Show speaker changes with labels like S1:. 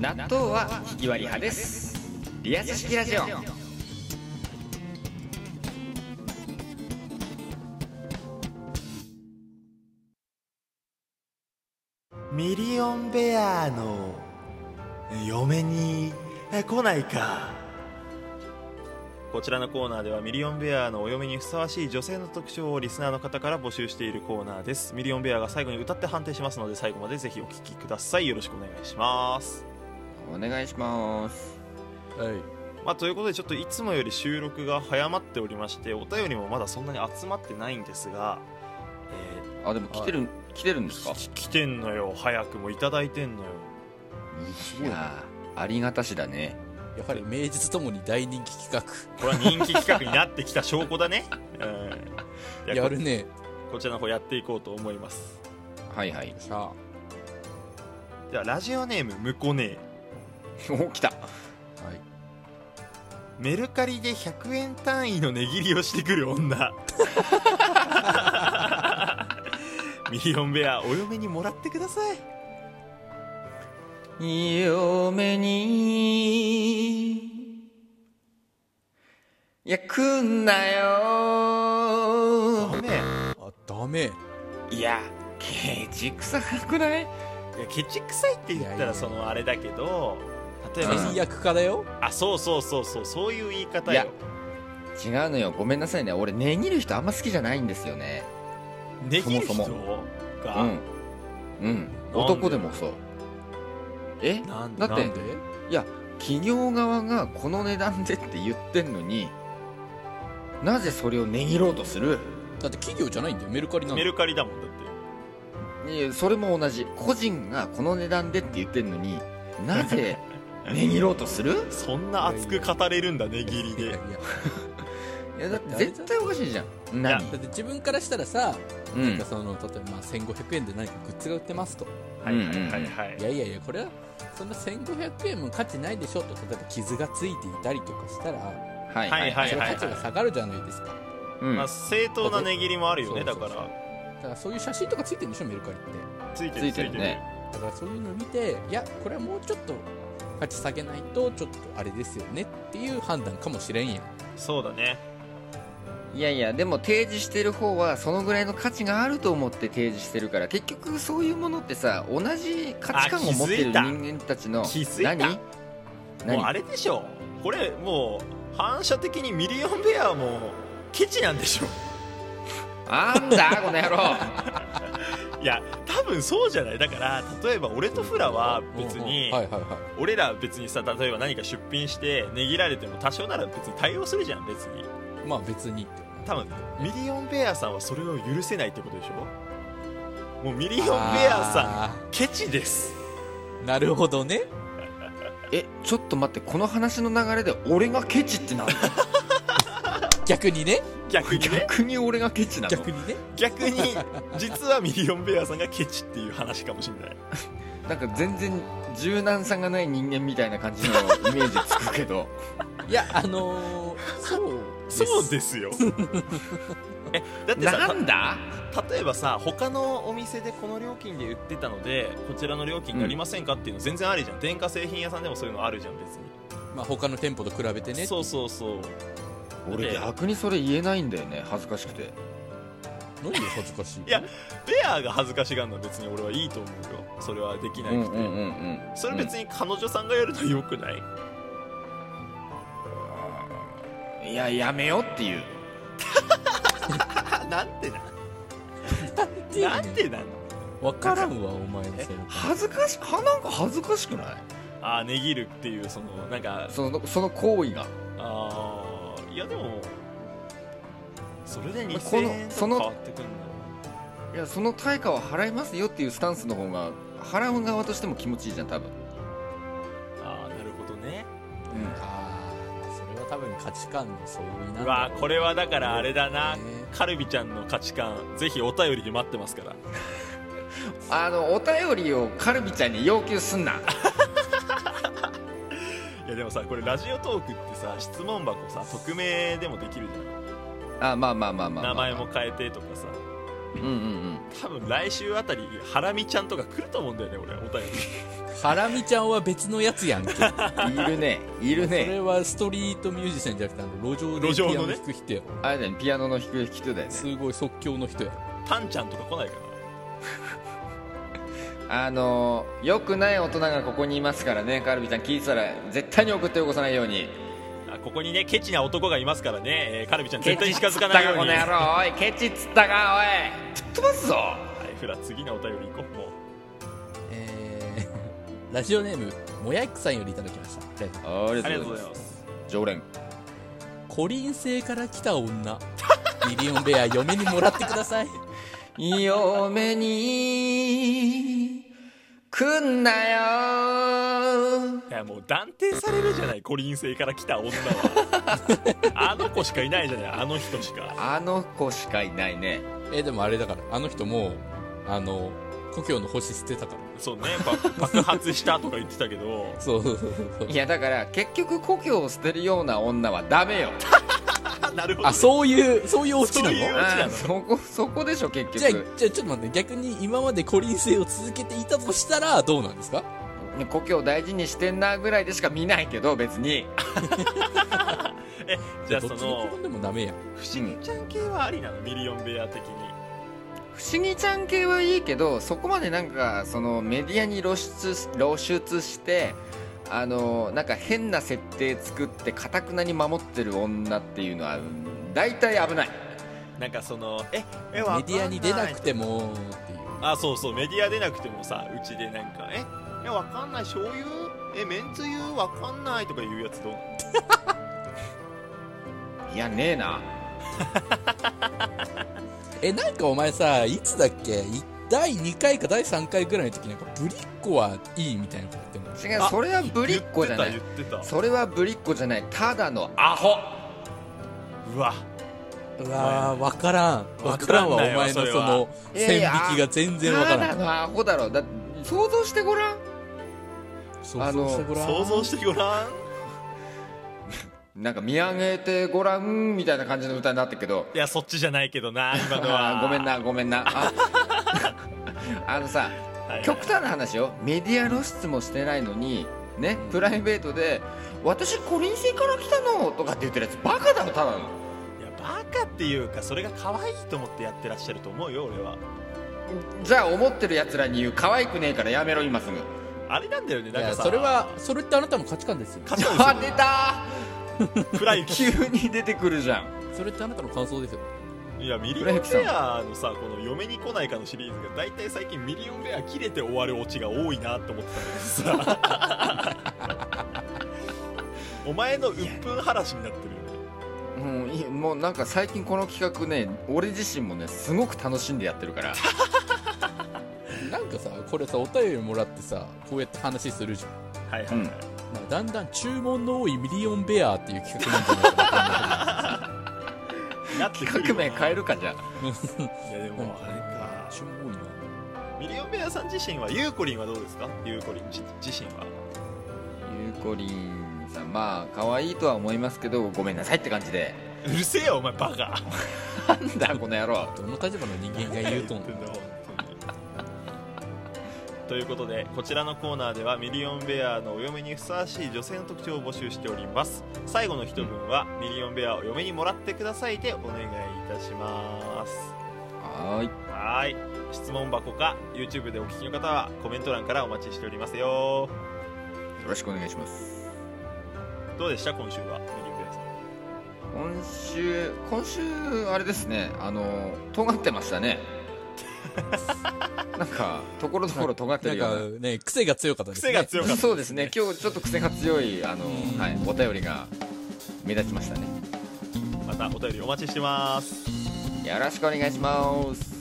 S1: 納豆はひきわり派ですリアス式ラジオ
S2: ミリオンベアの嫁に来ないかこちらのコーナーではミリオンベアのお嫁にふさわしい女性の特徴をリスナーの方から募集しているコーナーですミリオンベアが最後に歌って判定しますので最後までぜひお聴きくださいよろしくお願いします
S1: お願いします
S3: はい、
S2: まあ、ということでちょっといつもより収録が早まっておりましてお便りもまだそんなに集まってないんですが、え
S1: あでも来てる、来てるんですか
S2: ーき来てんのよ早くもいただいてんのよ
S1: いやーありがたしだね
S3: やはり名実ともに大人気企
S2: これは人気企画になってきた証拠だね、うん、
S3: 画
S2: いや
S3: や
S2: こ
S3: るね
S2: こちらの方やっていこうと思います
S1: はいはい
S3: さ
S2: ではラジオネームむこね
S1: お来た
S3: あはい
S2: メルカリで100円単位の値切りをしてくる 女ミリオンベアお嫁にもらってください
S1: 嫁にいや来んな
S2: ダ
S1: よ
S2: メ
S3: あダメ
S1: いやケチくさくない
S2: いやケチくさいって言っ
S3: い
S2: た
S3: やい
S2: ら
S3: や
S2: そのあれだけど例えばさ
S1: うん
S3: 倹約家だよ
S2: あそうそうそうそうそういう言い方
S1: いや
S2: よ
S1: 違うのよごめんなさいね俺値切る人あんま好きじゃないんですよね
S2: 値切る人
S1: そもそ
S2: が
S1: うんうん
S2: で
S1: 男でもそうえ
S2: なん
S1: だって
S3: なんで
S1: 企業側がこの値段でって言ってんのになぜそれを値切ろうとする
S3: だって企業じゃないんだよメルカリなんだ
S2: メ
S3: よ
S2: ルカリだもんだって
S1: いやそれも同じ個人がこの値段でって言ってんのになぜ値切ろうとする
S2: そんな熱く語れるんだ値切り
S3: いやい
S2: で
S3: や
S1: いやだって絶対おかしいじゃん何
S3: だって自分からしたらさ、
S1: う
S3: なん
S1: ん
S3: かその例えばまあ1500円で何かグッズが売ってますと
S2: はいはいはいはい
S3: いやいやいやこれはそんな1500円も価値ないでしょと例えば傷がついていたりとかしたら
S1: はい
S2: はいはい
S3: それは価値が下がるじゃないですか、
S1: うん
S2: まあ、正当な値切りもあるよね
S3: そ
S2: だ
S3: うそ
S2: か
S3: うそう
S2: ら
S3: だからそういう写真とかついてるんでしょメルカリって
S2: ついて
S1: つ
S2: る
S1: いてるね
S3: だからそういうのを見ていやこれはもうちょっと価値下げないとちょっとあれですよねっていう判断かもしれんやん
S2: そうだね
S1: いやいやでも提示してる方はそのぐらいの価値があると思って提示してるから結局そういうものってさ同じ価値観を持ってる人
S2: あ気づい
S1: 間たちの
S2: 気づいた
S1: 何
S2: もうあ
S1: 何
S2: れでしょこれもう反射的にミリオンベアもケチなん でしょ
S1: あん だこの野郎
S2: いや多分そうじゃないだから例えば俺とフラは別
S3: うん
S2: に
S3: うんはいはいはい
S2: 俺ら別にさ例えば何か出品して値切られても多少なら別に対応するじゃん別に
S3: まあ別に
S2: 多分ミリオンベアさんはそれを許せないってことでしょもうミリオンベアさん
S3: ん
S2: ケチです
S3: なるほどね
S1: えちょっと待ってこの話の流れで俺がケチってなる
S3: 逆にね
S2: 逆にね
S1: 逆に俺がケチなの
S3: 逆にね
S2: 逆に実はミリオンベアさんがケチっていう話かもしれない
S1: なんか全然柔軟さがない人間みたいな感じのイメージつくけど
S3: いやあのー、 そうです
S2: そうですよえ だってさ
S1: なんだ
S2: 例えばさ他のお店でこの料金で売ってたのでこちらの料金になりませんかっていうの全然ありじゃん電化製品屋さんでもそういうのあるじゃん別に、
S3: まあ他の店舗と比べてね
S2: そうそうそう
S1: 俺逆にそれ言えないんだよね恥ずかしくて
S3: 何で恥ずかしい
S2: いやベアが恥ずかしがるのは別に俺はいいと思うよそれはできなくて、
S1: ん
S2: それ別に彼女さんがやるのはよくない、
S1: いややめようっていう
S2: あなんてな
S3: なんて
S2: なんてなの
S3: 分からんわお前のせい
S1: 恥ずかしはなんか恥ずかしくない
S2: ああ値切るっていうそのなんか
S1: そのその行為が
S2: ああいやでもそれで
S1: この
S2: 2000円と
S1: そ
S2: か変
S1: の
S2: わってくるんだ
S1: いやその対価は払いますよっていうスタンスの方が払う側としても気持ちいいじゃん多分
S2: ああなるほどね
S3: ああそれは多分価値観の相違なんだ
S2: うわーこれはだからあれだな
S3: ね
S2: カルビちゃんの価値観ぜひお便りで待ってますから
S1: あのお便りをカルビちゃんに要求すんない
S2: やでもさこれラジオトークってさ質問箱さ匿名でもできるじゃん
S1: あまあまあまあまあ、まあ、
S2: 名前も変えてとかさ
S1: うんうんうん
S2: 多分来週あたりハラミちゃんとか来ると思うんだよね俺お便り
S3: ハラミちゃんは別のやつやんけ
S1: いるねいる
S3: それ
S1: ね
S3: はストリートミュージシャンじゃなくてあの路上でピ
S2: 路上
S3: ア
S2: の
S3: ノ
S2: ね
S3: 弾く人や
S1: あれだよねピアノの弾く人だよね
S3: すごい即興の人や
S2: タンちゃんとか来ないか
S1: あのよくない大人がここにいますからねカルビちゃん聞いてたら絶対に送ってよこさないように
S2: なあここにねケチな男がいますからね、えーカルビちゃん絶対に近づか
S1: ケチ
S2: ないよう
S1: っつ
S2: に
S1: ったかこの野郎おいケチっつったかおいちょっと待つぞ
S2: はいフラ次のお便り行こうもう
S3: えー、ラジオネームもやっくさんよりいただきましたじゃあ
S1: あり
S2: ありがとうございます
S1: 常連
S3: コリン星から来た女ミリオンベア嫁にもらってください
S1: 嫁に来んなよ
S2: いやもう断定されるじゃないコリン星から来た女はあの子しかいないじゃないあの人しか
S1: あの子しかいないね
S3: えーでもあれだからあの人もうあの故郷の星捨てたか
S2: そうねば爆発したとか言ってたけど
S3: らそうそうそうそう
S1: いやだから結局故郷を捨てるような女はダメよ
S2: あなるほど
S3: あそういうそういうオチなの
S2: そういうどっちなの
S1: あーそこそこでしょ結
S3: じゃあ、
S1: 局
S3: じゃあちょっと待って、逆に今までコリン星を続けていたとしたら、どうなんですか
S1: 故郷大事にしてんなぐらいでしか見ないけど別に
S2: えじゃあそ
S3: どっちに
S2: の
S3: 転んでもダメやん。
S2: 不思議ちゃん系はありなのミリオンベア的に
S1: 不思議ちゃん系はいいけどそこまでなんかそのメディアに露出露出してあのなんか変な設定作ってかたくなに守ってる女っていうのはうん大体危ない
S2: なんかそのええ
S3: メデ
S2: わかんい
S3: ィアに出なくても、っていう。
S2: あそうそうメディア出なくてもさうちでなんかええわかんない醤油えめんつゆわかんないとか言うやつどう
S1: いやねえな
S3: え、なんかお前さ、いつだっけい第2回か第3回ぐらいの時なんか、ぶりっ子はいいみたいなこと言ってんの。
S1: 違う
S2: あ
S1: それはぶりっ子じゃな
S2: 言
S1: い
S2: ってた言って
S1: それはぶりっ子じゃないただの
S2: たアホうわ
S3: うわー、わからん。わからんわ、お
S2: わかんないわ
S3: 前
S2: そ
S3: の
S2: れ
S3: そ
S2: は
S3: の、
S1: いやい
S3: 線
S1: や
S3: 引きが全然わか
S1: た
S3: ら
S1: だ
S3: ん。
S1: のアホだろだって想像してごらん
S3: 想
S1: あ
S3: 像
S1: の
S3: してごらん。
S2: 想像してごらん
S1: なんか見上げてごらんみたいな感じの歌になってるけど
S2: いやそっちじゃないけどな今の
S1: あ
S2: は
S1: ー ごめんなごめんなあ あのさ
S2: はい
S1: 極端な話よメディア露出もしてないのにねプライベートで「私コリン星から来たの」とかって言ってるやつバカだろただの
S2: いやバカっていうかそれが可愛いと思ってやってらっしゃると思うよ俺は
S1: じゃあ思ってるやつらに言う可愛くねえからやめろ今すぐ
S2: あれなんだよね
S3: い
S2: なん
S3: や、
S2: かさ
S3: それは、それってあなたの価値観ですよ。
S2: 勝ち
S1: あ
S2: なんです
S1: 出
S2: よ
S1: た
S2: プラ イキ
S1: 急に出てくるじゃん
S3: それってあなたの感想ですよ。
S2: いやミリオンベアのさこの「嫁に来ないか」のシリーズが大体最近ミリオンベア切れて終わるオチが多いなと思ってたんだけどさ お前の鬱憤話になってるよね
S1: もういいもうなんか最近この企画ね俺自身もねすごく楽しんでやってるから
S3: なんかさ、これさ、お便りもらってさ、こうやって話するじゃん。
S2: はいはいはい、
S3: なんかだんだん注文の多いミリオンベアーっていう企画なんじゃないか
S2: なってくる
S1: 企画名変えるかじゃあ
S2: いやで
S3: なと思
S2: も
S3: う
S2: あれか
S3: 注文多いな
S2: ミリオンベアさん自身はユーコリンはどうですかユーコリン自自身は
S1: ゆうこりんさんまあ可愛いとは思いますけどごめんなさいって感じ で
S2: うるせえよお前バカ
S1: なんだこの野郎
S3: どの立場の人間が言うとんの
S2: んだ本当にということでこちらのコーナーではミリオンベアのお嫁にふさわしい女性の特徴を募集しております最後の一文は、ミリオンベアをお嫁にもらってくださいでお願いいたします
S1: はーい
S2: はーい質問箱か YouTube でお聞きの方はコメント欄からお待ちしておりますよ
S1: よろしくお願いします
S2: どうでした今週はミリオンベアさん
S1: 今週今週あれですねあの尖ってました ねなんかところどころ尖って
S3: な
S1: るようん
S3: かね癖が強かったですね
S2: 癖が強か
S1: な
S2: ったですね
S1: そうですね今日ちょっと癖が強いあの、はい、お便りが目立ちましたね
S2: またお便りお待ちしてます
S1: よろしくお願いします